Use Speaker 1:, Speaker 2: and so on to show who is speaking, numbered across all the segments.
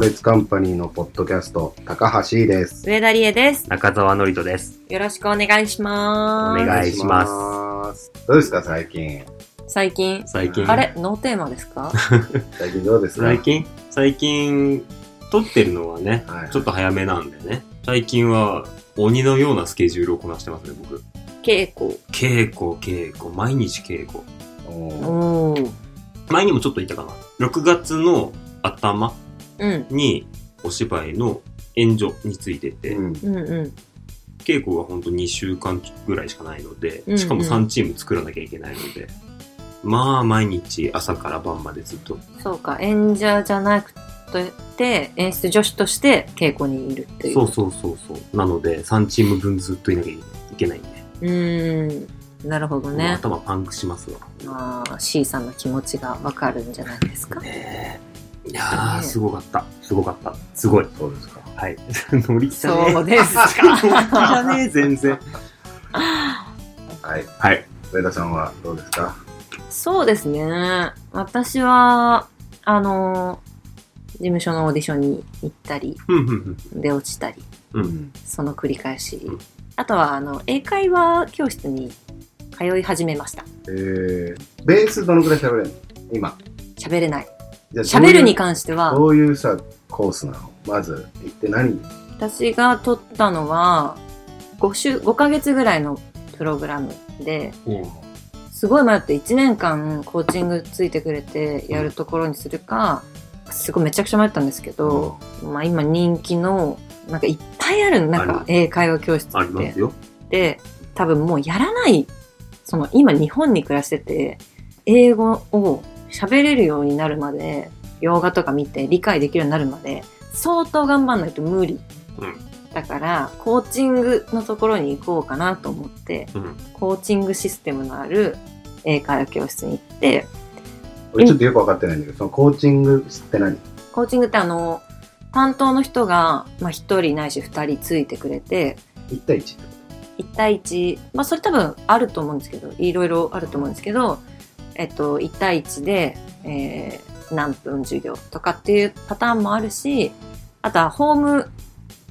Speaker 1: レッツカンパニーのポッドキャスト、高橋です。
Speaker 2: 上田理恵です。
Speaker 3: 中澤のりとです。
Speaker 2: よろしくお願いしま
Speaker 3: お
Speaker 2: す。
Speaker 3: 願いします
Speaker 1: す。どうですか、最近。
Speaker 2: 最近、
Speaker 3: 最近。
Speaker 2: あれノーテーマですか
Speaker 1: 最近どうですか
Speaker 3: 最近最近、撮ってるのはね、
Speaker 1: はい
Speaker 3: ちょっと早めなんでね。最近は、鬼のようなスケジュールをこなしてますね、僕。
Speaker 2: 稽古。
Speaker 3: 稽古、稽古、毎日稽古。
Speaker 1: おー
Speaker 2: おー。
Speaker 3: 前にもちょっと言ったかな。6月の頭
Speaker 2: うん。
Speaker 3: に、お芝居の援助についてて、
Speaker 1: うん。
Speaker 2: うんうん。
Speaker 3: 稽古がほんと2週間ぐらいしかないので
Speaker 2: うんう、ん
Speaker 3: しかも3チーム作らなきゃいけないので、まあ毎日朝から晩までずっと
Speaker 2: そうか、演者じゃなくて、演出女子として稽古にいるっていう。
Speaker 3: そうそうそうそうなので3チーム分ずっといなきゃいけないんで、
Speaker 2: うーん。なるほど
Speaker 3: もう
Speaker 2: ね。
Speaker 3: 頭パンクしますわ
Speaker 2: まあ、C さんの気持ちがわかるんじゃないですか。
Speaker 3: ねえいやー、
Speaker 2: ねえ
Speaker 3: すごかったすごかったすごい
Speaker 1: そうですか。
Speaker 3: はい 乗り切
Speaker 2: そう
Speaker 3: ね
Speaker 2: ですか。
Speaker 3: ねえ全然
Speaker 1: はい。
Speaker 3: はい
Speaker 1: 上田さんはどうですか
Speaker 2: そうですね。私は、あの、事務所のオーディションに行ったり、
Speaker 3: ふんふんふん
Speaker 2: で落ちたり、
Speaker 3: う
Speaker 1: うん。
Speaker 2: その繰り返し
Speaker 3: うん。
Speaker 2: あとは、あの、英会話教室に通い始めました。
Speaker 1: えー、ベースどのくらい喋れるの今。
Speaker 2: 喋れない。
Speaker 1: じゃあ
Speaker 2: 喋るに関しては、
Speaker 1: どういうさ、コースなのまず、行って何
Speaker 2: 私が取ったのは、5週、5ヶ月ぐらいのプログラムで、すごい迷って1年間コーチングついてくれてやるところにするか、すごいめちゃくちゃ迷ったんですけど、まあ今人気の、なんかいっぱいあるのなん
Speaker 3: ある
Speaker 2: か英会話教室
Speaker 3: あり
Speaker 2: っ
Speaker 3: ま
Speaker 2: て
Speaker 3: す。よ
Speaker 2: で、多分もうやらない、その今日本に暮らしてて、英語を喋れるようになるまで、洋画とか見て理解できるようになるまで、相当頑張んないと無理。
Speaker 3: うん
Speaker 2: だから、コーチングのところに行こうかなと思って、
Speaker 3: うん
Speaker 2: コーチングシステムのある英会話教室に行って、
Speaker 1: 俺ちょっとよくわかってないんだけど、そのコーチングって何
Speaker 2: コーチングってあの、担当の人が、まあ、1人ないし2人ついてくれて、
Speaker 1: ?1 対 1?
Speaker 2: 1対1、まあそれ多分あると思うんですけど、いろいろあると思うんですけど、えっと、1対1で、えー何分授業とかっていうパターンもあるし、あとはホーム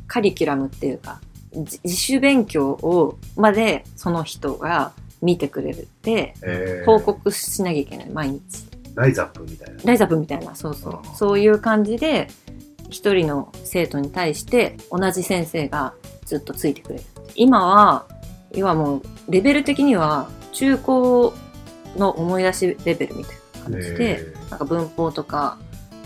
Speaker 2: カリキュラムっていうか、じ自主勉強をまでその人が見てくれるって、
Speaker 1: えー、
Speaker 2: 報告しなきゃいけない、毎日。
Speaker 1: ライズアップみたいな。
Speaker 2: ライザップみたいな、そうそ
Speaker 1: あー
Speaker 2: う。そういう感じで、一人の生徒に対して同じ先生がずっとついてくれる。今は、要はもう、レベル的には、中高の思い出しレベルみたいな感じで、
Speaker 1: えー
Speaker 2: なんか文法とか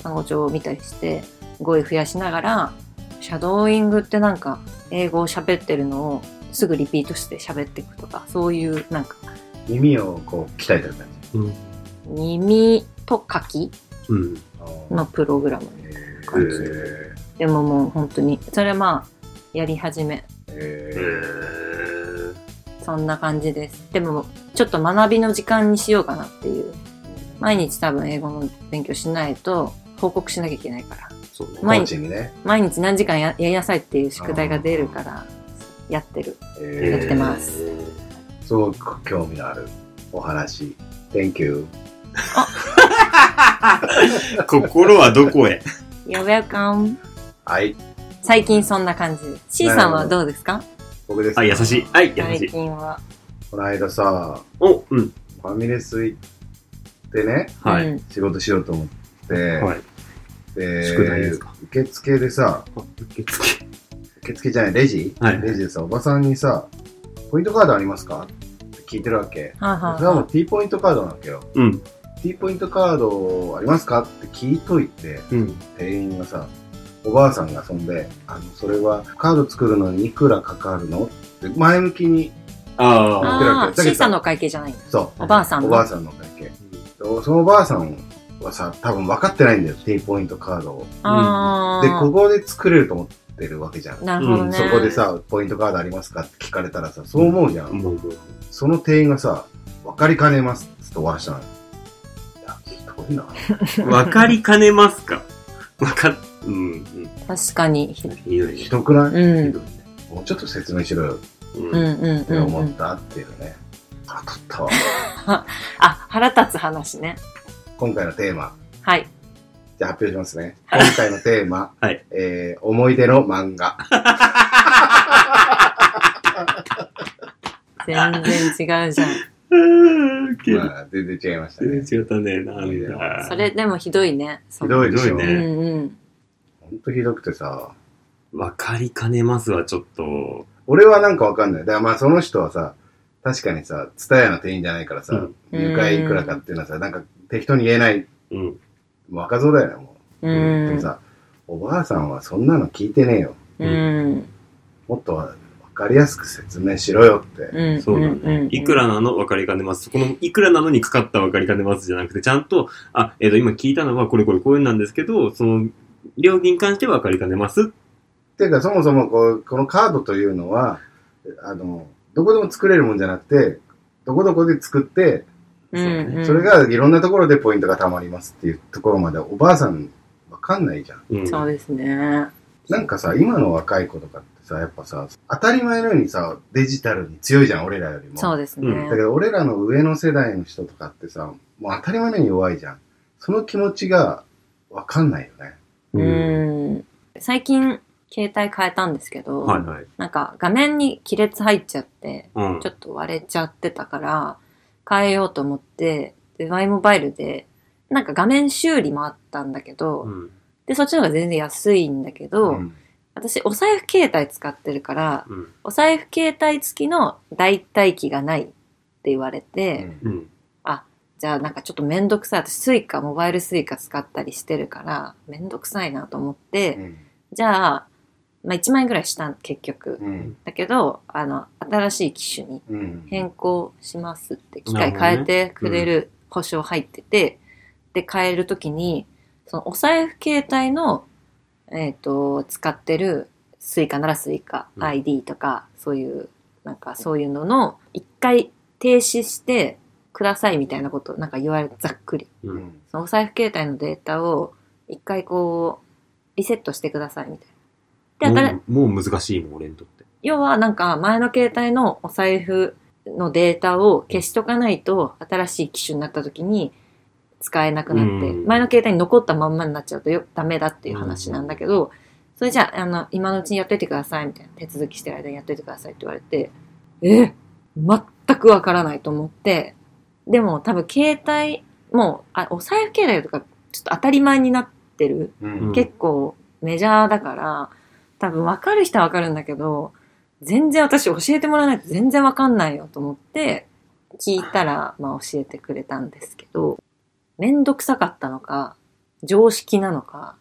Speaker 2: 単語帳を見たりして、語彙増やしながら、シャドーイングってなんか、英語を喋ってるのをすぐリピートして喋っていくとか、そういうなんか、
Speaker 1: 耳をこう、鍛えてる感じ。
Speaker 3: うん
Speaker 2: 耳と書き
Speaker 3: うん
Speaker 2: のプログラム
Speaker 1: え
Speaker 2: 感じでももう本当に、それはまあ、やり始め。
Speaker 3: え
Speaker 1: え
Speaker 3: ー
Speaker 2: そんな感じです。でも、ちょっと学びの時間にしようかなっていう。毎日多分英語の勉強しないと、報告しなきゃいけないから。
Speaker 3: そうね
Speaker 1: コーチにね、
Speaker 2: 毎日何時間ややりなさいっていう宿題が出るから、やってる。
Speaker 1: え
Speaker 2: やってます
Speaker 1: ーすごく興味のあるお話。Thank you.
Speaker 3: 心はど こへ
Speaker 2: やべやかん。
Speaker 1: はい、
Speaker 2: 最近そんな感じです。C さんはどうですか
Speaker 1: 僕です。
Speaker 3: あ優しい。はい優し
Speaker 2: 最
Speaker 3: い
Speaker 2: 近は。
Speaker 1: この間さ、
Speaker 3: おうん
Speaker 1: ファミレス行ってね、
Speaker 3: はい、
Speaker 2: うん
Speaker 1: 仕事しようと思って、
Speaker 3: はい
Speaker 1: で
Speaker 3: 宿題ですか
Speaker 1: 受付でさ、
Speaker 3: あ受付
Speaker 1: 受付じゃない、レジ、
Speaker 3: はい
Speaker 1: レジでさ、おばさんにさ、ポイントカードありますかって聞いてるわけ。
Speaker 2: はあは
Speaker 1: そ
Speaker 2: あ
Speaker 1: れはも
Speaker 2: は
Speaker 1: う T ポイントカードなわけよ。
Speaker 3: うん、
Speaker 1: T ポイントカードありますかって聞いといて、
Speaker 3: うん、
Speaker 1: 店員がさおばあさんがそんで「あのそれはカード作るのにいくらかかるの?」って前向きに
Speaker 2: あ。
Speaker 3: ああ
Speaker 2: あ
Speaker 1: だけど
Speaker 2: あ、C さんの会計じゃないんだ。
Speaker 1: そう
Speaker 2: おばあさん
Speaker 1: お
Speaker 2: の。
Speaker 1: ばあさんの会計そのおばあさんはさ多分分かってないんだよ T ポイントカードを
Speaker 2: ああ。
Speaker 1: でここで作れると思ってるわけじゃん
Speaker 2: なるほど
Speaker 3: うん
Speaker 2: ね。
Speaker 1: そこでさ「ポイントカードありますか?」って聞かれたらさそう思うじゃん、
Speaker 3: もうもう
Speaker 1: その店員がさ「分かりかねます」っつって終わらしたのよいやひどいな
Speaker 3: わかりかねますかわかっ、うん、うん。
Speaker 2: 確かに。
Speaker 3: ひどいね。
Speaker 1: ひどくない、
Speaker 2: う
Speaker 3: ひ
Speaker 2: ん
Speaker 3: ど。いね
Speaker 1: もうちょっと説明しろよっ
Speaker 3: うん
Speaker 2: うんうんうん、
Speaker 1: て
Speaker 2: うん
Speaker 1: 思ったっていうね、あとったわ
Speaker 2: あ、腹立つ話ね。
Speaker 1: 今回のテーマ
Speaker 2: はい。
Speaker 1: じゃあ発表しますね。今回のテーマ、
Speaker 3: はい
Speaker 1: えー思い出の漫画。
Speaker 2: 全然違うじゃ ん。
Speaker 3: けど、
Speaker 1: まあ、全然違いました
Speaker 3: 全
Speaker 1: ね。
Speaker 3: 然違ったね、なんだ。
Speaker 2: それでもひどいね。そ
Speaker 1: ひ
Speaker 2: の
Speaker 1: どいでしょ。
Speaker 3: ひどい
Speaker 2: うん
Speaker 3: ね
Speaker 2: うん。
Speaker 1: ほんとひどくてさ、
Speaker 3: わかりかねますわ、ちょっと。
Speaker 1: 俺はなんかわかんない。だからまあその人はさ、確かにさ、ツタヤの店員じゃないからさ、
Speaker 2: うん
Speaker 1: 入会いくらかっていうのはさ、なんか適当に言えない、
Speaker 3: うん。
Speaker 1: 若造だよね、も
Speaker 2: う
Speaker 1: う。でも
Speaker 2: ん。
Speaker 1: さ、おばあさんはそんなの聞いてねえよ。
Speaker 2: うん。
Speaker 1: もっとわかりやすく説明しろよって。
Speaker 2: うん。
Speaker 3: そうだね。いくらなのわかりかねます。そこの、いくらなのにかかったわかりかねますじゃなくて、ちゃんと、あ、えっ、と、今聞いたのはこれこれこういうのなんですけど、その、料金に関してはわかりかねます。
Speaker 1: ていうか、そもそもこう、このカードというのは、あの、どこでも作れるもんじゃなくて、どこどこで作って、
Speaker 2: うんうん
Speaker 1: それがいろんなところでポイントが貯まりますっていうところまでおばあさんわかんないじゃん。
Speaker 3: うん。
Speaker 2: そうですね。
Speaker 1: なんかさ、今の若い子とかってさ、やっぱさ、当たり前のようにさ、デジタルに強いじゃん、俺らよりも。
Speaker 2: そうですね。
Speaker 3: うん
Speaker 1: だけど、俺らの上の世代の人とかってさ、もう当たり前のように弱いじゃん。その気持ちがわかんないよね。
Speaker 3: うん
Speaker 2: うん最近、携帯変えたんですけど、
Speaker 3: はいはい。
Speaker 2: なんか画面に亀裂入っちゃって、
Speaker 3: うん
Speaker 2: ちょ。っと割れちゃってたから、変えようと思って、で、Y モバイルで、なんか画面修理もあったんだけど、
Speaker 3: うん。
Speaker 2: で、そっちの方が全然安いんだけど、
Speaker 1: ん
Speaker 2: 私、お財布携帯使ってるから、
Speaker 3: うん。
Speaker 2: お財布携帯付きの代替機がないって言われて、
Speaker 3: うん。
Speaker 2: じゃあなんかちょっとめんどくさい。私、スイカ、モバイルスイカ使ったりしてるから、めんどくさいなと思って、
Speaker 1: うん
Speaker 2: じゃあ、まあ、1万円ぐらいしたん結局。
Speaker 1: うん
Speaker 2: だけど、あの、新しい機種に
Speaker 1: うん
Speaker 2: 変更しますって、機
Speaker 3: なる
Speaker 2: 械
Speaker 3: ほどね
Speaker 2: 変えてくれる保証入ってて、で、変えるときに、そのお財布携帯の、えっ、と、使ってるスイカならスイカ、
Speaker 3: うん
Speaker 2: ID とか、そういう、なんかそういうのの、一回停止してくださいみたいなこと、なんか言われざっくり。
Speaker 3: う。
Speaker 1: うんん
Speaker 2: そのお財布携帯のデータを一回こうリセットしてくださいみたいな。で、新
Speaker 3: もうもう難しいもん、俺にとって。
Speaker 2: 要はなんか前の携帯のお財布のデータを消しとかないと新しい機種になった時に使えなくなって、
Speaker 3: うん
Speaker 2: 前の携帯に残ったまんまになっちゃうとよダメだっていう話なんだけど、それじゃああの今のうちにやっといてくださいみたいな手続きしてる間にやっといてくださいって言われてえ全くわからないと思ってでも多分携帯もうあお財布携帯とかちょっと当たり前になってる
Speaker 1: うん
Speaker 2: 結構メジャーだから、多分分かる人は分かるんだけど、全然私教えてもらわないと全然分かんないよと思って、聞いたら、まあ教えてくれたんですけど、めんどくさかったのか、常識なのか、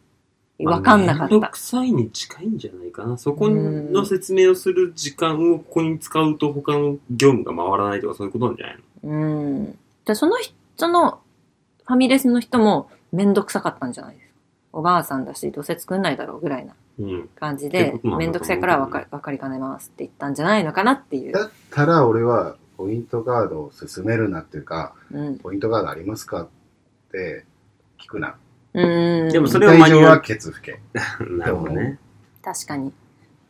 Speaker 2: 分かんなかっ
Speaker 3: まあめんど
Speaker 2: た
Speaker 3: く。さいに近いんじゃないかな。そこの説明をする時間をここに使うと他の業務が回らないとかそういうことなんじゃないの
Speaker 2: うん。で、その人の、ファミレスの人もめんどくさかったんじゃないですか。おばあさんだし、どうせ作んないだろうぐらいな
Speaker 3: うん。
Speaker 2: 感じ
Speaker 3: って
Speaker 2: で
Speaker 3: こ、となんだと思う
Speaker 2: めんどくさいから分か分かりかねますって言ったんじゃないのかなっていう。
Speaker 1: だったら俺はポイントガードを進めるなっていうか、
Speaker 2: うん。
Speaker 1: ポイントガードありますかって聞くな。
Speaker 2: うん。
Speaker 3: でもそれ
Speaker 1: れ
Speaker 3: をマニュアル
Speaker 1: 上はケツ吹け。
Speaker 3: なるほどね。
Speaker 2: 確かに。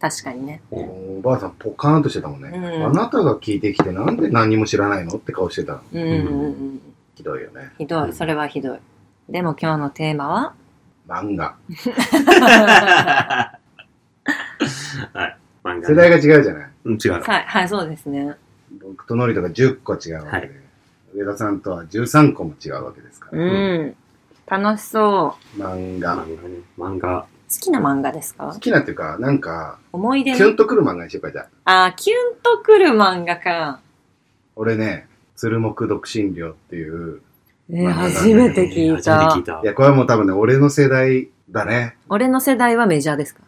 Speaker 2: 確かにね。
Speaker 1: おばあさんポカーンとしてたもんね。
Speaker 2: うん
Speaker 1: あなたが聞いてきてなんで何も知らないのって顔してたの。
Speaker 2: うん
Speaker 3: ん
Speaker 2: う
Speaker 3: うんん
Speaker 2: う。
Speaker 3: うん
Speaker 1: ひどいよね。
Speaker 2: ひどい。それはひどい。でも今日のテーマは
Speaker 1: 漫画。
Speaker 2: は
Speaker 3: はい。漫画
Speaker 1: 世代が違うじゃない。
Speaker 3: うん、違う。
Speaker 2: い、はい、そうですね。
Speaker 1: 僕とノリとか10個違うわけで、
Speaker 3: は
Speaker 1: 上田さんとは13個も違うわけですか
Speaker 2: う
Speaker 1: ら。
Speaker 2: ん。楽しそう。
Speaker 1: 漫画。
Speaker 3: 漫画ね。漫画。
Speaker 2: 好きな漫画です
Speaker 1: 好
Speaker 2: か
Speaker 1: きなっていうか、なんか、
Speaker 2: 思い
Speaker 1: キ
Speaker 2: 出
Speaker 1: ュン
Speaker 2: の。
Speaker 1: とくる漫画にしようか、じゃあ。
Speaker 2: あー、キュンとくる漫画か。
Speaker 1: 俺ね、鶴木独身寮っていう、
Speaker 2: え
Speaker 1: 漫
Speaker 2: ー、
Speaker 1: 画だね
Speaker 2: 初めて聞いた
Speaker 3: 初め。て聞い
Speaker 1: いや、これはもう多分ね、俺の世代だね。
Speaker 2: 俺の世代はメジャーですか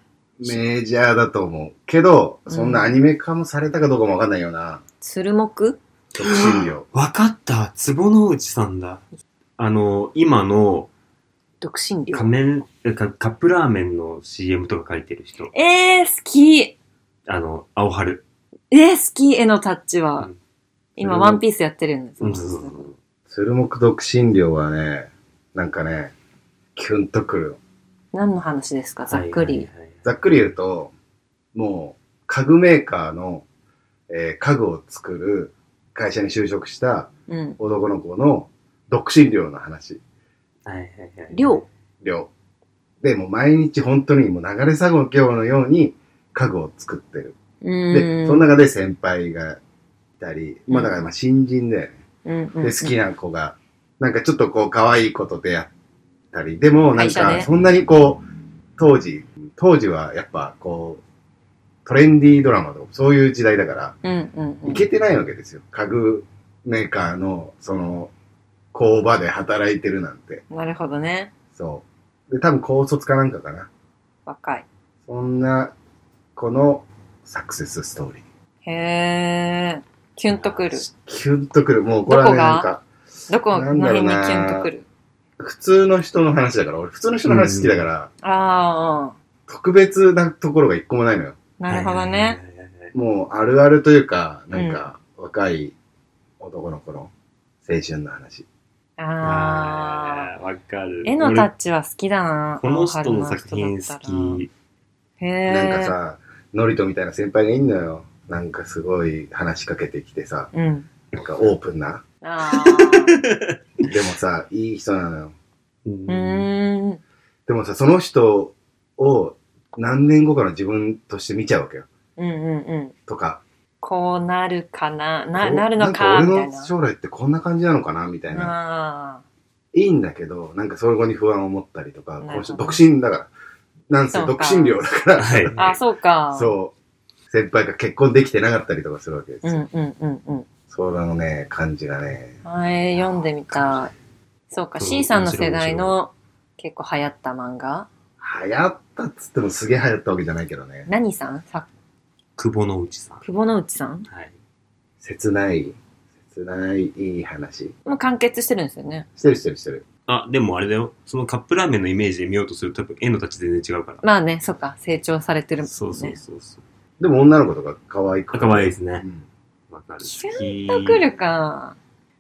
Speaker 1: メジャーだと思う。けど、そんなアニメ化もされたかどうかもわかんないような、
Speaker 2: 鶴木
Speaker 1: 独身寮。
Speaker 3: た。わかった。坪之内さんだ。あの、今の
Speaker 2: 独身寮
Speaker 3: 仮。面、かカップラーメンの CM とか書いてる人。
Speaker 2: えー、好き。
Speaker 3: あの、青春。
Speaker 2: えー、好き。絵のタッチ
Speaker 3: う
Speaker 2: は
Speaker 3: ん。
Speaker 2: 今、ワンピースやってるんです
Speaker 3: う
Speaker 2: よ
Speaker 3: ん、そうそうそう。
Speaker 1: 鶴木独身寮はね、なんかね、キュンとくる。
Speaker 2: 何の話ですかざっくり。
Speaker 3: はいはいはい
Speaker 1: ざっくり言うと、もう、家具メーカーの、えー家具を作る会社に就職した
Speaker 2: うん。
Speaker 1: 男の子の独身寮の話。
Speaker 3: はいはいはい。
Speaker 2: 寮。
Speaker 1: 寮。で、もう毎日本当にもう流れ作業業のように家具を作ってる。
Speaker 2: うん。
Speaker 1: で、その中で先輩がいたり、まあだからまあ新人だよね。
Speaker 2: うんうんうん、
Speaker 1: で、好きな子が、なんかちょっとこう可愛い子と出会ったり、でもなん
Speaker 2: 会社
Speaker 1: か
Speaker 2: ね
Speaker 1: そんなにこう、当時、当時はやっぱこう、トレンディードラマとかそういう時代だから、
Speaker 2: うんうんうん。
Speaker 1: いけてないわけですよ。家具メーカーの、その、工場で働いてるなんて。
Speaker 2: なるほどね。
Speaker 1: そう。で、多分高卒かなんかかな。
Speaker 2: 若い。
Speaker 1: そんな、このサクセスストーリー。
Speaker 2: へえ。キュンとくる。
Speaker 1: キュンとくる。もうこれは
Speaker 2: ど
Speaker 1: ね、
Speaker 2: こが
Speaker 1: なんか、
Speaker 2: どこの辺にキュンとくる
Speaker 1: 普通の人の話だから、俺普通の人の話好きだから、
Speaker 2: ああ、
Speaker 1: 特別なところが一個もないのよ。
Speaker 2: なるほどね。。
Speaker 1: もうあるあるというか、なんか、若い男の子の青春の話。
Speaker 2: ああ。
Speaker 3: ああ、わかる。
Speaker 2: 絵のタッチは好きだな。
Speaker 3: 俺この人
Speaker 2: 青春
Speaker 3: の作品
Speaker 2: 人だったら
Speaker 3: 好き。
Speaker 2: へえ。
Speaker 1: なんかさ、ノリトみたいな先輩がいんのよ。なんかすごい話しかけてきてさ、
Speaker 2: うん。
Speaker 1: なんかオープンな。
Speaker 2: ああ。
Speaker 1: でも さ、いい人なのよ。
Speaker 3: う
Speaker 2: うーん。
Speaker 1: でもさ、その人を何年後かの自分として見ちゃうわけよ。
Speaker 2: うんうんうん。
Speaker 1: とか。
Speaker 2: こうなるかな、な、
Speaker 1: お
Speaker 2: なるのか、
Speaker 1: ん
Speaker 2: み
Speaker 1: か
Speaker 2: た
Speaker 1: 俺
Speaker 2: い
Speaker 1: の将来ってこんな感じなのかなみたいな。
Speaker 2: な。あ
Speaker 1: いいんだけど、なんかそこに不安を持ったりとか、
Speaker 2: なるほど
Speaker 1: この人独身だから。なんせ
Speaker 2: そう
Speaker 1: 独
Speaker 2: か
Speaker 1: 身寮だから。
Speaker 3: はい。
Speaker 2: あ。あ、そうか。う。
Speaker 1: そう。先輩が結婚できてなかったりとかするわけです
Speaker 2: う
Speaker 1: よ。
Speaker 2: んうんうんうん。
Speaker 1: そのね、感じがね。
Speaker 2: はい、読んでみたい。そうか、
Speaker 3: そう
Speaker 2: C さんの世代の結構流行った漫画。
Speaker 1: 流行ったっつってもすげえ流行ったわけじゃないけどね。
Speaker 2: 何さんさ
Speaker 3: 久保之内さん。
Speaker 2: 久保之内さん
Speaker 3: はい。
Speaker 1: 切ない、切ないいい話。
Speaker 2: もう完結してるんですよね。
Speaker 1: してるしてるしてる。
Speaker 3: あ、でもあれだよ。そのカップラーメンのイメージで見ようとすると多分絵のタッチ全然違うから。
Speaker 2: まあね、そうか、成長されてるもんね。
Speaker 3: そうそうそうそう。
Speaker 1: でも女の子とか可愛く
Speaker 3: あ可愛いですね
Speaker 1: うん
Speaker 3: わかる。
Speaker 2: キュ
Speaker 3: ン
Speaker 2: とくるか。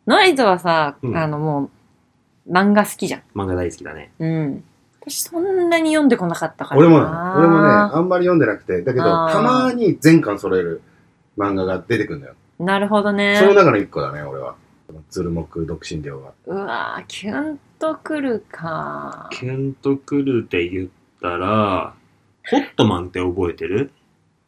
Speaker 2: ノイズはさ、
Speaker 3: うん
Speaker 2: あのもう、漫画好きじゃん。
Speaker 3: 漫画大好きだね。
Speaker 2: うん。私そんなに読んでこなかったから
Speaker 1: 俺もな
Speaker 2: な。
Speaker 1: の俺もね、あんまり読んでなくて、だけど、
Speaker 2: あー
Speaker 1: たまに全巻揃える漫画が出てくるんだよ。
Speaker 2: なるほどね。
Speaker 1: その中の一個だね、俺は。ズルモク独身寮は。
Speaker 2: うわぁ、キュンとくるか。
Speaker 3: キュンとくるって言ったら、ホットマンって覚えてる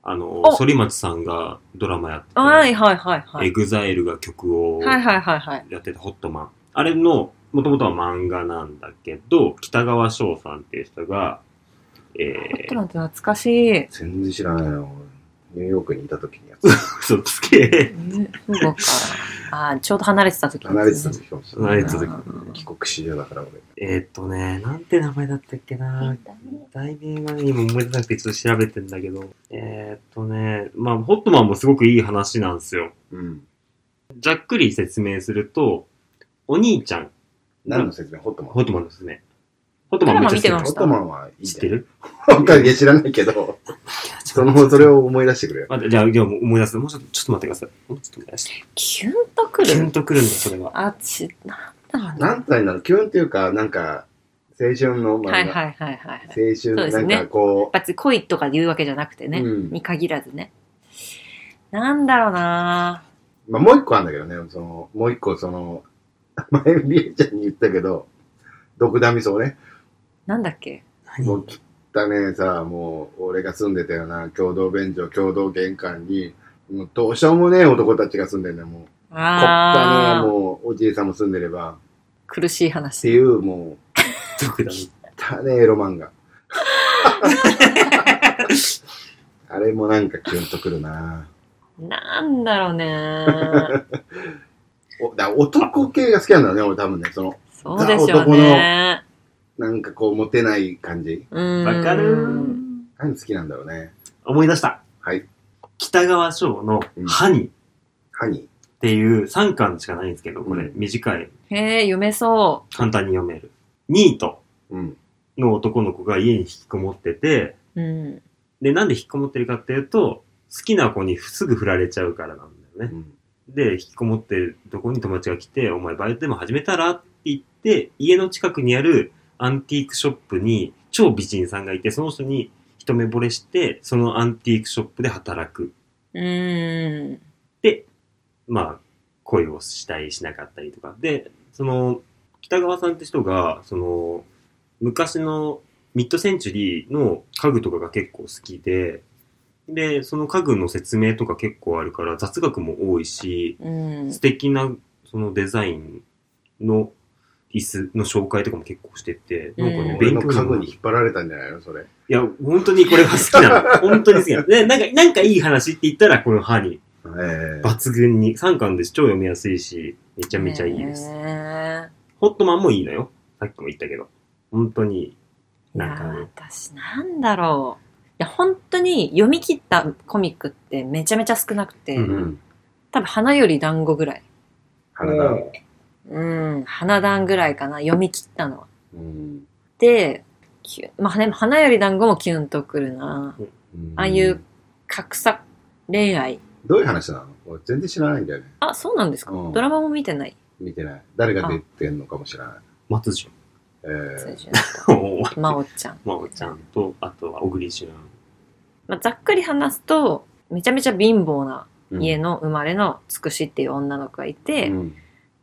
Speaker 3: あの、
Speaker 2: お
Speaker 3: 反町さんがドラマやってて、
Speaker 2: はいはいはいは
Speaker 3: エ
Speaker 2: い。
Speaker 3: グザイルが曲を
Speaker 2: はい
Speaker 3: や
Speaker 2: はいはいはい。
Speaker 3: ってたホットマン。あれの、もともとは漫画なんだけど、北川翔さんっていう人が、え
Speaker 2: ホット
Speaker 3: ー、
Speaker 2: マンって懐かしい。え
Speaker 1: 全然知らないの。ニューヨークにいた時にやっ
Speaker 3: 嘘つけ。
Speaker 2: そうか。あーちょうど離れてた時
Speaker 1: た。 離れてた時かもしれない。
Speaker 3: 離れてた時
Speaker 1: 帰国子女だから俺。
Speaker 3: えーっとね、なんて名前だったっけな題名がね、今思い出せなくてちょっと調べてんだけど、えーっとね、まあ、ホットマンもすごくいい話なんですよ。
Speaker 1: うん。
Speaker 3: ざっくり説明すると、お兄ちゃん、
Speaker 1: 何の説明ホットマン
Speaker 3: ホットマンですね。ホットマンめっちゃ知って
Speaker 2: ドラマ
Speaker 3: る
Speaker 2: 見
Speaker 1: ホ
Speaker 2: て
Speaker 1: ットマンはいい
Speaker 3: 知ってる
Speaker 1: わかるいや知らないけ ど、その、それを思い出してくれよ。
Speaker 3: 待ってじゃあ、じゃあもう思い出す。もうちょっと、ちょっと待ってください。もうちょっと思い出して。
Speaker 2: キュンとく
Speaker 3: キュン
Speaker 2: る
Speaker 3: とくるんだ、それは。
Speaker 2: あ、ち、なんだろう
Speaker 1: なんてなんだろう、キュンっていうか、なんか、青春の漫
Speaker 2: な。
Speaker 1: 画。
Speaker 2: はいはいはいはい。
Speaker 1: 青
Speaker 2: そうで
Speaker 1: 春、
Speaker 2: すね
Speaker 1: なんかこ
Speaker 2: 別に恋とか言うわけじゃなくて
Speaker 1: う、
Speaker 2: ね、
Speaker 1: うん。
Speaker 2: に限らずね。なんだろうな
Speaker 1: まあ、もう一個あるんだけどね、その、もう一個、その、 前、りえちゃんに言ったけど、毒ダミソね。
Speaker 2: なんだっけ
Speaker 1: もう、
Speaker 3: 何
Speaker 1: 汚ねえさ、もう、俺が住んでたような、共同便所、共同玄関に、もう、どうしようもねえ男たちが住んでんだよ、もう。こったねえ、
Speaker 2: ああ、
Speaker 1: もう、おじいさんも住んでれば、
Speaker 2: 苦しい
Speaker 1: って
Speaker 2: 話。
Speaker 1: いう、もう、
Speaker 3: 特段。
Speaker 1: 汚ねえロマンが。あれもなんかキュンとくるな
Speaker 2: なんだろ うね
Speaker 1: おだ男系が好きなんだろうね、俺多分ね。その、
Speaker 2: そうでしょうね。
Speaker 1: なんかこう、モテない感じ。
Speaker 2: うん
Speaker 3: わかるー。
Speaker 1: 何好きなんだろうね。
Speaker 3: 思い出した。
Speaker 1: はい。
Speaker 3: 北川翔の
Speaker 1: うん
Speaker 3: ハニーっ
Speaker 1: ハニ
Speaker 3: ていう3巻しかないんですけど、こ
Speaker 1: う
Speaker 3: れ
Speaker 1: ん
Speaker 3: 短い、
Speaker 2: へえ、読めそ
Speaker 3: 簡単に読める。ニート
Speaker 1: ー。うん。
Speaker 3: の男の子が家に引きこもってて、
Speaker 2: う。うん。
Speaker 3: で、なんで引きこもってるかっていうと、好きな子にすぐ振られちゃうからなんだよね。で、引きこもってるとこに友達が来て、お前バイトでも始めたらって言って、家の近くにあるアンティークショップに超美人さんがいて、その人に一目惚れして、そのアンティークショップで働く。
Speaker 2: うん。
Speaker 3: で、まあ、恋をしたりしなかったりとか。で、その、北川さんって人が、その、昔のミッドセンチュリーの家具とかが結構好きで、で、その家具の説明とか結構あるから、雑学も多いし、
Speaker 2: うん
Speaker 3: 素。敵なそのデザインの椅子の紹介とかも結構してて、なんか
Speaker 2: う
Speaker 3: ね、
Speaker 1: 俺
Speaker 3: 勉
Speaker 1: の
Speaker 3: 強に
Speaker 1: 家
Speaker 3: も
Speaker 1: 具に引っ張られたんじゃないのそれ。
Speaker 3: いや、本当にこれは好きなの。本当に好きなの。で、なんか、なんかいい話って言ったら、この歯に、
Speaker 1: ええ
Speaker 3: 抜群に、3巻です。超読みやすいし、めちゃめちゃいいです。
Speaker 2: ね
Speaker 3: ホットマンもいいのよ。さっきも言ったけど。本当にいい。
Speaker 2: えいや
Speaker 3: なんかね
Speaker 2: 私なんだろう。いや、本当に読み切ったコミックってめちゃめちゃ少なくて、
Speaker 3: うん
Speaker 1: うん。
Speaker 2: 多分花より団子ぐらい。
Speaker 1: 花だ。
Speaker 2: うん、花壇ぐらいかな、読み切ったのは。
Speaker 1: うん。
Speaker 2: で、キュンまあでも花より団子もキュンとくるな。
Speaker 1: うん
Speaker 2: ああいう。格差恋愛。
Speaker 1: どういう話なの俺全然知らないんだよね。
Speaker 2: あ、そうなんですか、
Speaker 1: うん
Speaker 2: ドラマも見てない。
Speaker 1: 見てない。誰が出てんのかも知らない。
Speaker 3: 松潤。
Speaker 1: え
Speaker 2: 通
Speaker 1: え
Speaker 2: 常
Speaker 3: ま
Speaker 2: 真央ちゃん。
Speaker 3: おちゃんと、あとは小栗旬。、
Speaker 2: まあ、ざっくり話すと、めちゃめちゃ貧乏な
Speaker 1: うん
Speaker 2: 家の生まれのつくしっていう女の子がいて、
Speaker 1: うん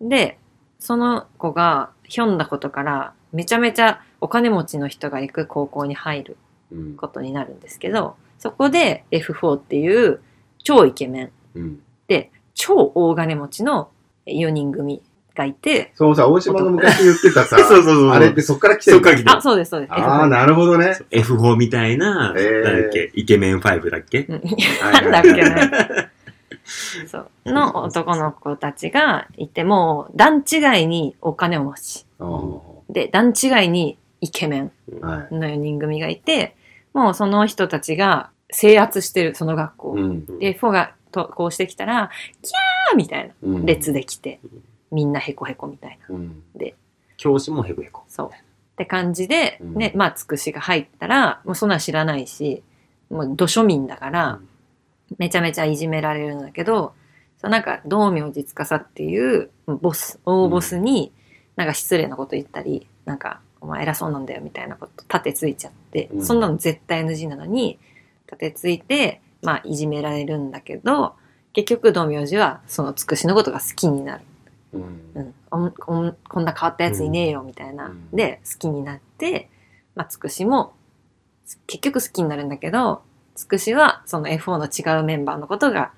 Speaker 2: で、その子がひょんなことからめちゃめちゃお金持ちの人が行く高校に入る
Speaker 1: うん
Speaker 2: ことになるんですけど、そこで F4 っていう超イケメン
Speaker 1: うん。
Speaker 2: で超大金持ちの4人組がいて、
Speaker 1: そのさ、大島が昔言ってたさ
Speaker 3: そうそうそう。
Speaker 1: あれってそっから来て
Speaker 3: そ
Speaker 1: る
Speaker 3: っから来て
Speaker 2: あ、そうです、そうです。
Speaker 1: ああ、
Speaker 2: F4
Speaker 1: なるほどね。
Speaker 3: る。F4 みたいな、
Speaker 1: えー
Speaker 3: 誰だっけ、イケメン5だっけ
Speaker 2: うん
Speaker 1: はい
Speaker 2: な
Speaker 1: は
Speaker 2: ん
Speaker 1: いはい
Speaker 2: だっけね。そう。の男の子たちがいて、もう段違いにお金持ち。
Speaker 1: う
Speaker 2: で、段違いにイケメン
Speaker 1: んはい。
Speaker 2: の4人組がいて、もうその人たちが制圧してる、その学校。
Speaker 1: うん
Speaker 2: で、フォがとこうしてきたら、キャーみたいな
Speaker 1: うん
Speaker 2: 列。で来て、みんなヘコヘコみたいな。
Speaker 1: うん
Speaker 3: 教師もヘコヘコ。
Speaker 2: そう。って感じで、
Speaker 1: うん
Speaker 2: ね、まあ、つくしが入ったら、もうそんなん知らないし、もう、土庶民だから、めちゃめちゃいじめられるんだけど、そうなんか、道明寺司っていう、ボス、大ボスに、なんか失礼なこと言ったり、なんか、お前偉そうなんだよみたいなこと、盾ついちゃって、
Speaker 1: うん
Speaker 2: そんなの絶対 NG なのに、盾ついて、まあ、いじめられるんだけど、結局、道明寺は、そのつくしのことが好きになる。
Speaker 1: うん
Speaker 2: うん、おんおんこんな変わったやついねえよみたいな、
Speaker 1: うん
Speaker 2: で好きになって、まあ、つくしも結局好きになるんだけどつくしはその F4 の違うメンバーのことが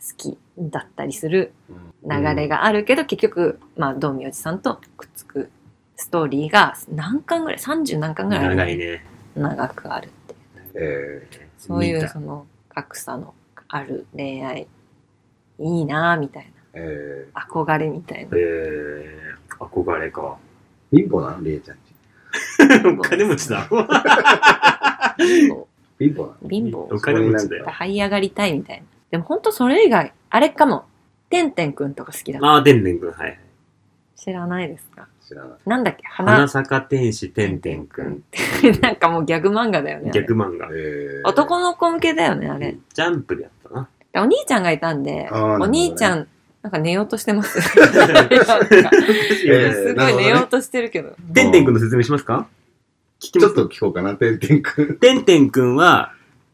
Speaker 2: 好きだったりする
Speaker 1: うん
Speaker 2: 流れがあるけど、結局、まあ、道明寺さんとくっつくストーリーが何巻ぐらい30何巻ぐらいある
Speaker 3: 長いね。
Speaker 2: 長くあるっていう
Speaker 1: え
Speaker 2: そうい
Speaker 3: 見
Speaker 2: う
Speaker 3: た
Speaker 2: その格差のある恋愛いいなあみたい
Speaker 1: ーえ
Speaker 2: な憧れみた いな
Speaker 3: えー、憧れか。
Speaker 1: ー貧乏なのりえちゃんち。
Speaker 3: お金持ちだ。
Speaker 2: こ
Speaker 1: 貧乏なの
Speaker 2: う貧乏
Speaker 3: お金持ちだよ。
Speaker 2: 這い上がりたいみたいな。でも本当それ以外、あれかも。てんてんくんとか好きだ。
Speaker 3: ああ、でんでんくん、はい。
Speaker 2: 知らないですか
Speaker 1: 知らない。
Speaker 2: なんだっけ
Speaker 3: 花
Speaker 2: 花
Speaker 3: 坂天使てんてんくん。
Speaker 2: なんかもうギャグ漫画だよね。あれ
Speaker 3: 逆漫画。
Speaker 1: えー
Speaker 2: 男の子向けだよね、あれ。
Speaker 3: ジャンプでやったな。
Speaker 2: でお兄ちゃんがいたんで、
Speaker 1: あーなるほ
Speaker 2: お
Speaker 1: どね
Speaker 2: 兄ちゃん、なんか寝ようとしてます。なんか
Speaker 1: えー
Speaker 2: すご
Speaker 1: なるほ
Speaker 2: い
Speaker 1: どね
Speaker 2: 寝ようとしてるけど。
Speaker 3: てんてんくんの説明しますか聞き
Speaker 1: ち
Speaker 3: ま
Speaker 1: ょっ
Speaker 3: す
Speaker 1: と聞こうかな、てんてんくん。
Speaker 3: てんてんくんは、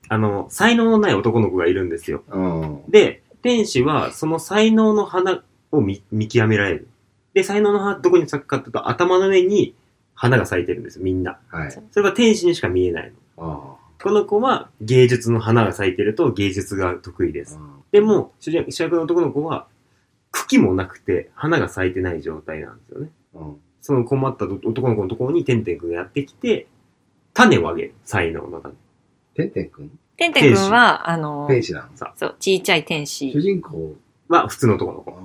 Speaker 3: あの、才能のない男の子がいるんですよ。
Speaker 1: うん。
Speaker 3: で、天使はその才能の花を見見極められる。で、才能の花どこに咲くかっていうと頭の上に花が咲いてるんですよ、みんな。
Speaker 1: はい。
Speaker 3: それは天使にしか見えないの。
Speaker 1: あ
Speaker 3: この子は芸術の花が咲いてると芸術が得意で
Speaker 1: ー
Speaker 3: す
Speaker 1: う。ん
Speaker 3: でも、主役主役の男の子は茎もなくて花が咲いてない状態なんですよね。
Speaker 1: うん
Speaker 3: その困った男の子のところにてんてんくんがやってきて、種をあげる。才能の種。
Speaker 1: てんてんくん
Speaker 2: てんてんくんは、あの、
Speaker 1: 天使なの
Speaker 2: そう、ちいちゃい天
Speaker 1: 主
Speaker 2: 使。
Speaker 1: 人公。
Speaker 3: は普通の男の子。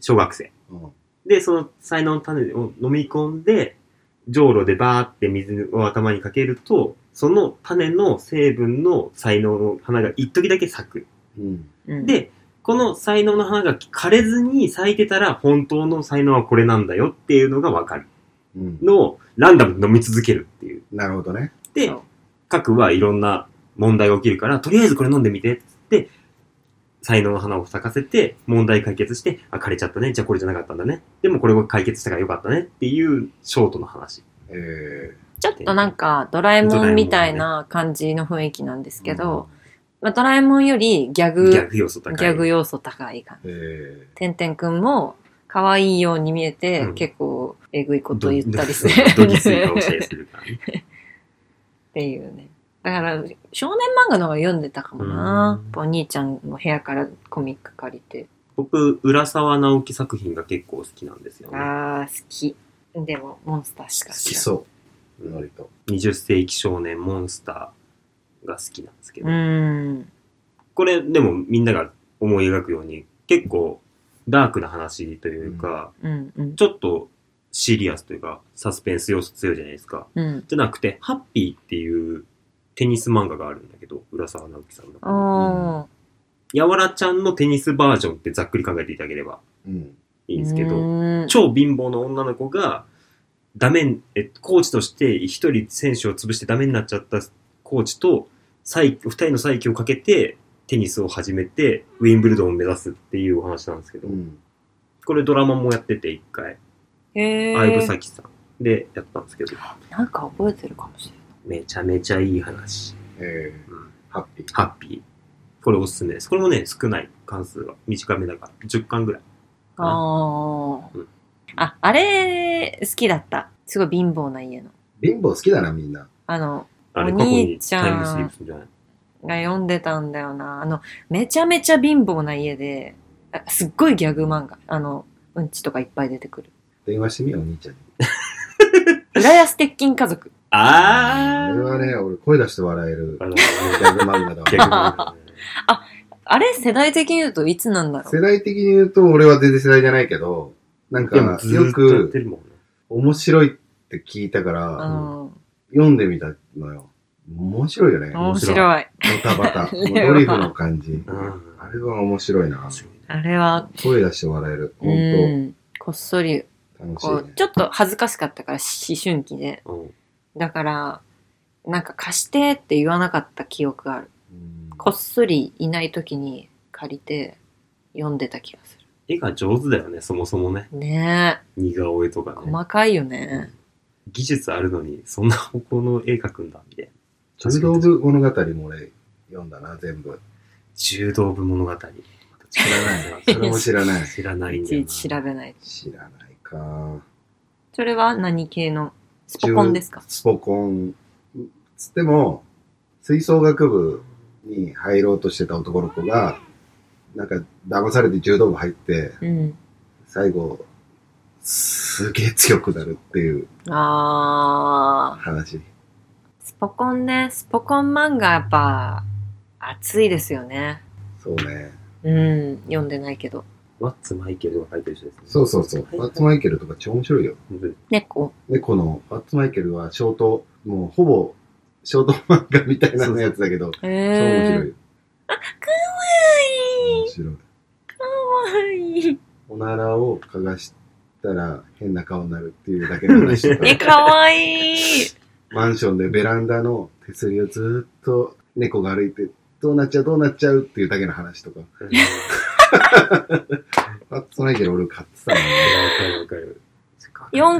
Speaker 3: 小学生。
Speaker 1: うんうん
Speaker 3: で、その才能の種を飲み込んで、じょうろでバーって水を頭にかけると、その種の成分の才能の花が一時だけ咲く。
Speaker 1: うん。
Speaker 2: うん、
Speaker 3: で、この才能の花が枯れずに咲いてたら、本当の才能はこれなんだよっていうのがわかる。
Speaker 1: うん。
Speaker 3: のをランダムで飲み続けるっていう。
Speaker 1: なるほどね。
Speaker 3: で
Speaker 2: そう、
Speaker 3: 各はいろんな問題が起きるから、とりあえずこれ飲んでみてっつって、才能の花を咲かせて、問題解決して、あ、枯れちゃったね。じゃあこれじゃなかったんだね。でもこれを解決したからよかったねっていうショートの話。
Speaker 1: えー
Speaker 2: ちょっとなんか、ドラえもんみたいな感じの雰囲気なんですけど、、まあ、ドラえもんよりギャグ、
Speaker 3: ギ
Speaker 2: ギ
Speaker 3: ャグ要素高い。
Speaker 2: ャグ要素高い感じ
Speaker 1: えー
Speaker 2: てんてんくんも、可愛いように見えて、
Speaker 3: うん
Speaker 2: 結構、えぐいこと言ったりす
Speaker 3: ドドギ
Speaker 2: る。
Speaker 3: スい顔したりするからね。
Speaker 2: っていうね。だから、少年漫画の方が読んでたかもな。
Speaker 3: うん
Speaker 2: やっぱお兄ちゃんの部屋からコミック借りて。
Speaker 3: 僕、浦沢直樹作品が結構好きなんですよね。
Speaker 2: あー、好き。でも、モンスターしか
Speaker 1: 好
Speaker 2: 知
Speaker 1: き
Speaker 2: らん
Speaker 1: そう。のりと。
Speaker 3: 20世紀少年モンスターが好きなんですけど、
Speaker 2: うん。
Speaker 3: これでもみんなが思い描くように結構ダークな話というか、
Speaker 2: うん。うん。
Speaker 3: ちょっとシリアスというかサスペンス要素強いじゃないですか。
Speaker 2: うん。
Speaker 3: じゃなくて、ハッピーっていうテニス漫画があるんだけど、浦沢直樹さんの中に。
Speaker 2: あ
Speaker 3: やわらちゃんのテニスバージョンってざっくり考えていただければ
Speaker 1: うん。
Speaker 2: ー。
Speaker 3: いいんですけど、
Speaker 2: うん
Speaker 3: 超貧乏の女の子が、ダメ、え、コーチとして一人選手を潰してダメになっちゃったコーチと、再二人の再起をかけて、テニスを始めて、ウィンブルドンを目指すっていうお話なんですけど、
Speaker 1: うん。
Speaker 3: これドラマもやってて一回、
Speaker 2: へ
Speaker 3: 相武
Speaker 2: ー。
Speaker 3: 咲さんでやったんですけど、
Speaker 2: なんか覚えてるかもしれない。
Speaker 3: めちゃめちゃいい話。
Speaker 1: えー、
Speaker 3: うん
Speaker 1: ハッピー。
Speaker 3: ハッピー。これおすすめです。これもね、少ない関数が。短めだから。10巻ぐらい。
Speaker 2: ああ
Speaker 3: うん。
Speaker 2: あ、あれ、好きだった。すごい貧乏な家の。
Speaker 1: 貧乏好きだな、みんな。
Speaker 2: あの、
Speaker 3: あれ、
Speaker 2: お
Speaker 3: 過去
Speaker 2: 兄
Speaker 3: に
Speaker 2: ちゃん
Speaker 3: タイムスリップするんじゃない
Speaker 2: が読んでたんだよな。あの、めちゃめちゃ貧乏な家で、あすっごいギャグ漫画。あの、うんちとかいっぱい出てくる。
Speaker 1: 電話してみよう、お兄ちゃんに。
Speaker 2: 浦安鉄筋家族。
Speaker 3: あ
Speaker 1: これはね、俺声出して笑える
Speaker 3: あ。の、
Speaker 1: ギャグ漫画だわ
Speaker 3: 逆 にね。
Speaker 2: あれ世代的に言うといつなんだろう
Speaker 1: 世代的に言うと、俺は全然世代じゃないけど、なんか、
Speaker 3: でもずー
Speaker 1: よ
Speaker 3: っとやって
Speaker 1: く
Speaker 3: るもんね。
Speaker 1: 面白いって聞いたから、
Speaker 2: うん。
Speaker 1: 読んでみたのよ。面白いよね。
Speaker 2: 面
Speaker 3: 面白い
Speaker 2: 白い。
Speaker 1: ドタバタ。
Speaker 2: あ
Speaker 1: ド
Speaker 2: れは
Speaker 1: リフの感じ。
Speaker 3: うん
Speaker 1: あれは面白いな。
Speaker 2: あれは、
Speaker 1: 声出して笑える。
Speaker 2: う
Speaker 1: 本
Speaker 2: ん。こっそり、
Speaker 1: 当楽し
Speaker 2: こ
Speaker 1: いうね、。
Speaker 2: ちょっと恥ずかしかったから、思春期で。
Speaker 3: うん
Speaker 2: だから、なんか貸してって言わなかった記憶がある。
Speaker 1: うん
Speaker 2: こっそりいない時に借りて読んでた気がす
Speaker 3: 絵が上手だよね、そもそもね。
Speaker 2: る。ねえ。
Speaker 3: 似顔絵とかね。
Speaker 2: 細かいよね。
Speaker 3: 技術あるのに、そんな方向の絵描くんだ、みたいな。
Speaker 1: 柔道部物語も俺、読んだな、全部。
Speaker 3: 柔道部物語。また違
Speaker 1: それも知らない。
Speaker 3: 知らない
Speaker 2: い
Speaker 3: んだ
Speaker 2: ち
Speaker 3: よ
Speaker 2: い
Speaker 3: な。
Speaker 2: ち調べない。
Speaker 1: 知らないか。
Speaker 2: それは何系のスポコンですか
Speaker 1: スポコン。つっても、吹奏楽部に入ろうとしてた男の子が、なんか騙されて柔道部入って、
Speaker 2: うん。
Speaker 1: 最後、すげえ強くなるっていう
Speaker 2: あ
Speaker 1: 話。
Speaker 2: ー、スポコンね。スポコン漫画やっぱ熱いですよね。
Speaker 1: そうね。
Speaker 2: うん。読んでないけど。
Speaker 3: ワッツマイケルが描いてる人ですね。
Speaker 1: そうそうそう。ファッツマイケルとか超面白いよ。
Speaker 3: うん
Speaker 2: 猫。
Speaker 1: で、このファッツマイケルはショート、もうほぼショート漫画みたいな
Speaker 3: そうそう
Speaker 1: やつだけど、
Speaker 2: へ
Speaker 1: 超面白い
Speaker 2: え
Speaker 1: よ。
Speaker 2: ー。
Speaker 1: 面白い。
Speaker 2: かわいい。
Speaker 1: おならを嗅がしたら変な顔になるっていうだけの話 とか。
Speaker 2: え、かわいい。
Speaker 1: マンションでベランダの手すりをずっと猫が歩いて、どうなっちゃうどうなっちゃうっていうだけの話とか。あッツマイケル俺買ってたのね。
Speaker 3: わかるわかる。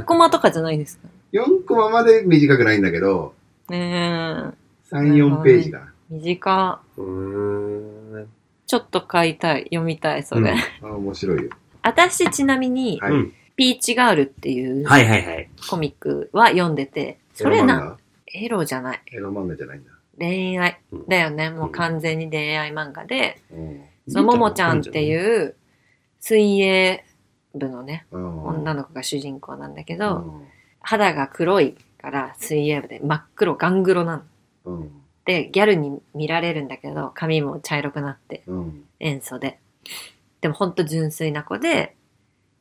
Speaker 2: 4コマとかじゃないですか。
Speaker 1: 4コマまで短くないんだけど、
Speaker 2: ね
Speaker 1: 3、4ページが。
Speaker 2: え。短。
Speaker 3: うーん。
Speaker 2: ちょっと買いたい。読みたい、それ。
Speaker 3: うん
Speaker 1: あ面白いよ。
Speaker 2: 私ちなみに、
Speaker 1: はい。
Speaker 3: うん
Speaker 2: ピーチガールっていう
Speaker 3: はいはいはい。
Speaker 2: コミックは読んでて、それな、エロじゃない。
Speaker 1: エロ漫画エロ漫画じゃないんだ。
Speaker 2: 恋愛
Speaker 3: うん
Speaker 2: だよね。もう完全に恋愛漫画で、そのももちゃんって
Speaker 3: う。
Speaker 2: いう水泳部のね、
Speaker 1: うん。
Speaker 2: 女
Speaker 1: の
Speaker 2: の子が主人公なんだけど、肌が黒いから水泳部で真っ黒、ガングロなの。
Speaker 1: うん。うん。
Speaker 2: で、ギャルに見られるんだけど、髪も茶色くなって、
Speaker 1: うん。
Speaker 2: 塩素で。でもほんと純粋な子で、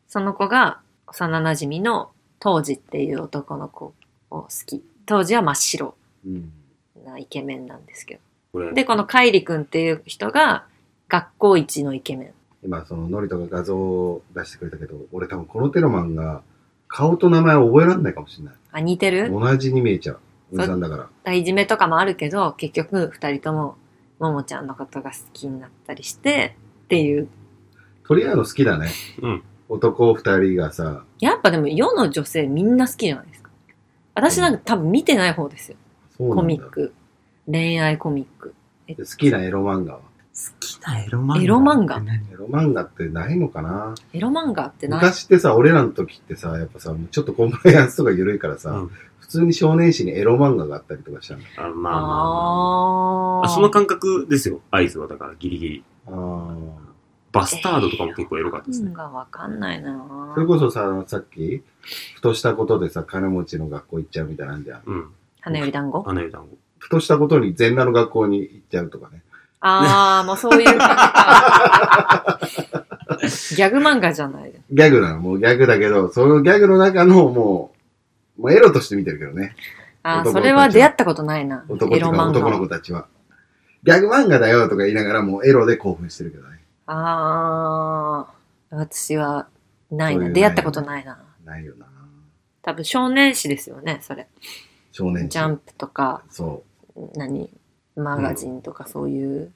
Speaker 2: その子が幼馴染の当時っていう男の子を好き。当時は真っ白
Speaker 1: うん。
Speaker 2: なイケメンなんですけ
Speaker 3: これ
Speaker 2: ど。で、このカイリくんっていう人が学校一のイケメン。
Speaker 1: 今、その、ノリトが画像を出してくれたけど、俺多分このテロマンが、顔と名前を覚えられないかもしれない。
Speaker 2: あ、似てる
Speaker 1: 同じに見えちゃう。おじさんだから。
Speaker 2: いじめとかもあるけど、結局二人ともももちゃんのことが好きになったりして、っていう。
Speaker 1: トリアード好きだね。
Speaker 3: うん
Speaker 1: 男二人がさ、
Speaker 2: やっぱでも世の女性みんな好きじゃないですか。私なんか多分見てない方ですよ。
Speaker 1: そうなんだ
Speaker 2: コミック。恋愛コミック。
Speaker 1: 好きなエロ漫画は
Speaker 3: 好きなエロ漫画
Speaker 2: エロ漫画
Speaker 1: エロ漫画ってないのかな
Speaker 2: エロ漫画ってない
Speaker 1: 昔ってさ、俺らの時ってさ、やっぱさ、ちょっとコンプライアンスとか緩いからさ、
Speaker 3: うん
Speaker 1: 普通に少年誌にエロ漫画があったりとかしたの。
Speaker 3: あまあまあま
Speaker 2: あ
Speaker 3: あ。
Speaker 2: あ
Speaker 3: あその感覚ですよ、合図は。だから、ギリギリ。
Speaker 1: あ
Speaker 3: バスタードとかも結構エロかったですね。
Speaker 2: がわかんないな
Speaker 1: あ。
Speaker 2: ぁ
Speaker 1: それこそさ、さっき、ふとしたことでさ、金持ちの学校行っちゃうみたいなんじゃん。
Speaker 3: うん。
Speaker 2: 花より団子
Speaker 3: 花より団子。
Speaker 1: ふとしたことに全裸の学校に行っちゃうとかね。
Speaker 2: ああ、もうそういう感じか。ギャグ漫画じゃないです。
Speaker 1: ギャグなの、もうギャグだけど、そのギャグの中のもう、もうエロとして見てるけどね。
Speaker 2: ああ、
Speaker 1: 男の子
Speaker 2: それは出会ったことないな。
Speaker 1: 男ってい
Speaker 2: エ
Speaker 1: うか
Speaker 2: ロ漫
Speaker 1: 男の
Speaker 2: 画。
Speaker 1: 子たちは。ギャグ漫画だよとか言いながらもうエロで興奮してるけどね。
Speaker 2: ああ、私はない
Speaker 1: そういう
Speaker 2: な。
Speaker 1: ね
Speaker 2: 出会ったことないな。
Speaker 1: ないよな。
Speaker 2: 多分少年誌ですよね、それ。
Speaker 1: 少年
Speaker 2: ジャ
Speaker 1: ン
Speaker 2: ンプとか、
Speaker 1: そ
Speaker 2: 何、マガジンとかそういう。
Speaker 1: う。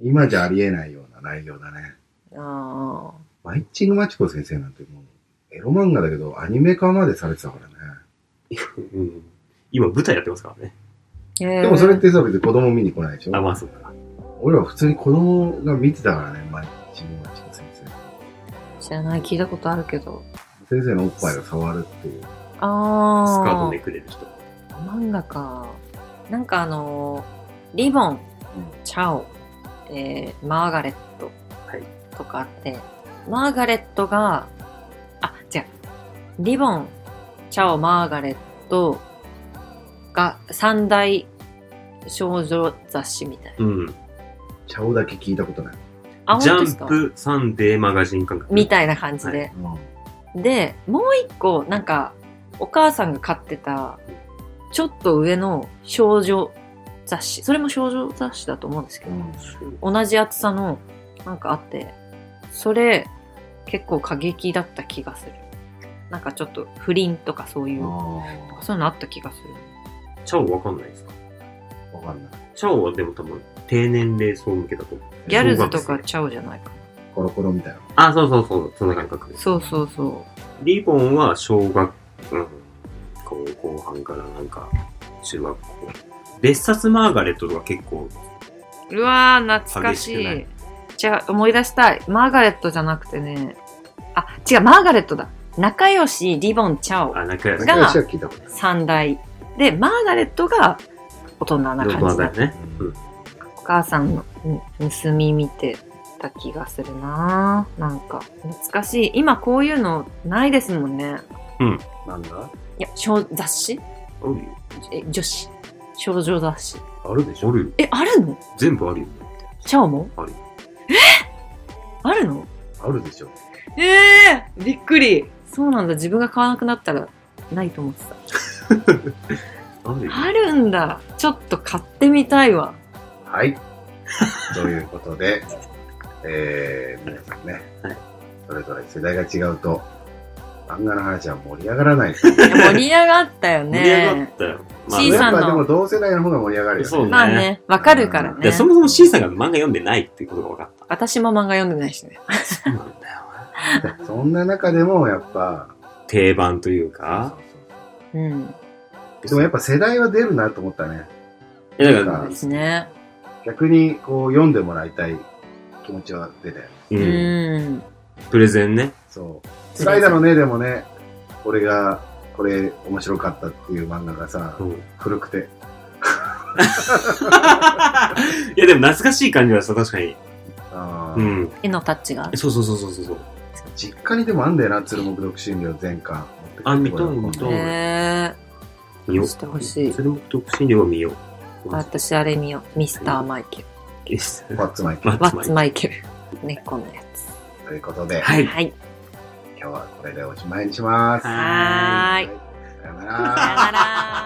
Speaker 1: 今じゃありえないような内容だね。
Speaker 2: ああ。
Speaker 1: マイッチングマチコ先生なんてもう、エロ漫画だけど、アニメ化までされてたからね。
Speaker 3: うん。今、舞台やってますからね。
Speaker 2: で
Speaker 1: でもそれっ、てさ、別に子供見に来ないでし
Speaker 3: あ、
Speaker 1: ょ
Speaker 3: まあそうか。
Speaker 1: 俺は普通に子供が見てたからね、マイッチングマチコ先生。
Speaker 2: 知らない、聞いたことあるけど。
Speaker 1: 先生のおっぱいを触るっていう。
Speaker 2: ああ。
Speaker 3: スカートめくれる人。
Speaker 2: 漫画か。なんかあのーリボン、チャオ、えーマーガレット
Speaker 3: はい
Speaker 2: とかあって、マーガレットが、あ、違う。リボン、チャオ、マーガレットが三大少女雑誌みたいな。
Speaker 3: うん。
Speaker 1: ちゃおだけ聞いたことない。
Speaker 2: あ、
Speaker 3: ジ
Speaker 2: 本当です
Speaker 3: ャン
Speaker 2: か
Speaker 3: プ、サンデー、マガジン感覚。
Speaker 2: みたいな感じで。で、もう一個、なんか、お母さんが買ってた、ちょっと上の少女雑誌。それも少女雑誌だと思うんですけ
Speaker 1: う
Speaker 2: ど、
Speaker 1: ん。
Speaker 2: 同じ厚さの、なんかあって、それ、結構過激だった気がする。なんかちょっと不倫とかそういう、
Speaker 1: あ
Speaker 2: そういうのあった気がする。
Speaker 3: チャオわかんないですか
Speaker 1: あ、わかんない。
Speaker 3: チャオはでも多分、低年齢層向けだと思う。
Speaker 2: ギャルズと
Speaker 3: 小
Speaker 2: か
Speaker 3: 学生
Speaker 2: ちゃうじゃないか
Speaker 1: コロコロみたいな。
Speaker 3: あ、そうそうそう、そんな感覚で
Speaker 2: な。
Speaker 3: す。
Speaker 2: そうそうそ
Speaker 3: リボンは小学、うん、高校半からなんか、中学校。別冊マーガレットとか結構、
Speaker 2: う。うわー、懐かし
Speaker 3: 激しくないい。
Speaker 2: じゃあ、思い出したい。マーガレットじゃなくてね、あ、違う、マーガレットだ。仲良し、リボン、チャオ。
Speaker 3: あ、仲良し。
Speaker 2: が
Speaker 1: 昔は聞いたことない。
Speaker 2: 三大でマーガレットが大人な
Speaker 3: ロバ
Speaker 2: 感
Speaker 3: ー
Speaker 2: じだ
Speaker 3: だよね。うん
Speaker 2: お母さんのうん盗み見てた気がするななんか懐かしい今こういうのないですもんね
Speaker 3: 漫画
Speaker 2: いや小雑誌
Speaker 3: あるよ。
Speaker 2: え女子少女雑誌
Speaker 3: あるでしょあるよ。
Speaker 2: えあるの
Speaker 3: 全部あるよね。
Speaker 2: チャオも
Speaker 3: ある
Speaker 2: えあるの
Speaker 1: あるでしょ。
Speaker 2: ええびっくりそうなんだ自分が買わなくなったらないと思ってた
Speaker 3: あるよ。
Speaker 2: あるんだちょっと買ってみたい わ
Speaker 1: はい。 ということで、えー、皆さんね、
Speaker 3: はい
Speaker 1: それぞれ世代が違うと、漫画の話は盛り上がらない。
Speaker 2: いや盛り上がったよね
Speaker 3: 盛り上がったよ。まあ
Speaker 2: 小 C さ
Speaker 1: や
Speaker 2: ん
Speaker 1: っ
Speaker 2: の
Speaker 1: ぱでも同世代の方が盛り上がるよ、ね。
Speaker 3: そうね
Speaker 2: まあね、わかるから
Speaker 1: うん
Speaker 3: いや
Speaker 2: ね。
Speaker 3: そもそも C さんが漫画読んでないっていうことが分かっ
Speaker 2: 私も漫画読んでないしね。
Speaker 3: た。なんだよ。
Speaker 1: そんな中でも、やっぱ、
Speaker 3: 定番というか。
Speaker 2: うん。
Speaker 1: でもやっぱ世代は出るなと思ったね。
Speaker 3: いやだか
Speaker 1: な
Speaker 3: ら
Speaker 1: ん
Speaker 2: で、すね。
Speaker 1: 逆に、こう、読んでもらいたい気持ちは出たよね。
Speaker 3: う。
Speaker 2: うんん。
Speaker 3: プレゼンね。
Speaker 1: そう。辛いだろうね、でもね、俺が、これ面白かったっていう漫画がさ
Speaker 3: う、ん
Speaker 1: 古くて。
Speaker 3: いや、でも懐かしい感じはした、確かに。
Speaker 1: あー
Speaker 3: うん。
Speaker 2: 絵のタッチがある。
Speaker 3: そうそうそうそうそうそう。
Speaker 1: 実家にでもあんだよな、鶴木独身寮全巻。
Speaker 3: あ見たい見たい
Speaker 1: ね
Speaker 2: へ
Speaker 3: 見よう。
Speaker 2: してほしい
Speaker 3: それも独身寮を見よ
Speaker 2: ー
Speaker 3: う。
Speaker 2: 私あれ見よう。ミスターマイケル。
Speaker 1: パッツマイケ
Speaker 3: ま
Speaker 1: ル。
Speaker 3: あ
Speaker 2: ワッツマイケル。猫のやつ。
Speaker 1: ということで、
Speaker 3: はい。
Speaker 2: はい。
Speaker 1: 今日はこれでおしまいにします。
Speaker 3: は
Speaker 2: はーい。
Speaker 1: さよな
Speaker 2: さよ
Speaker 1: ら。
Speaker 2: なら。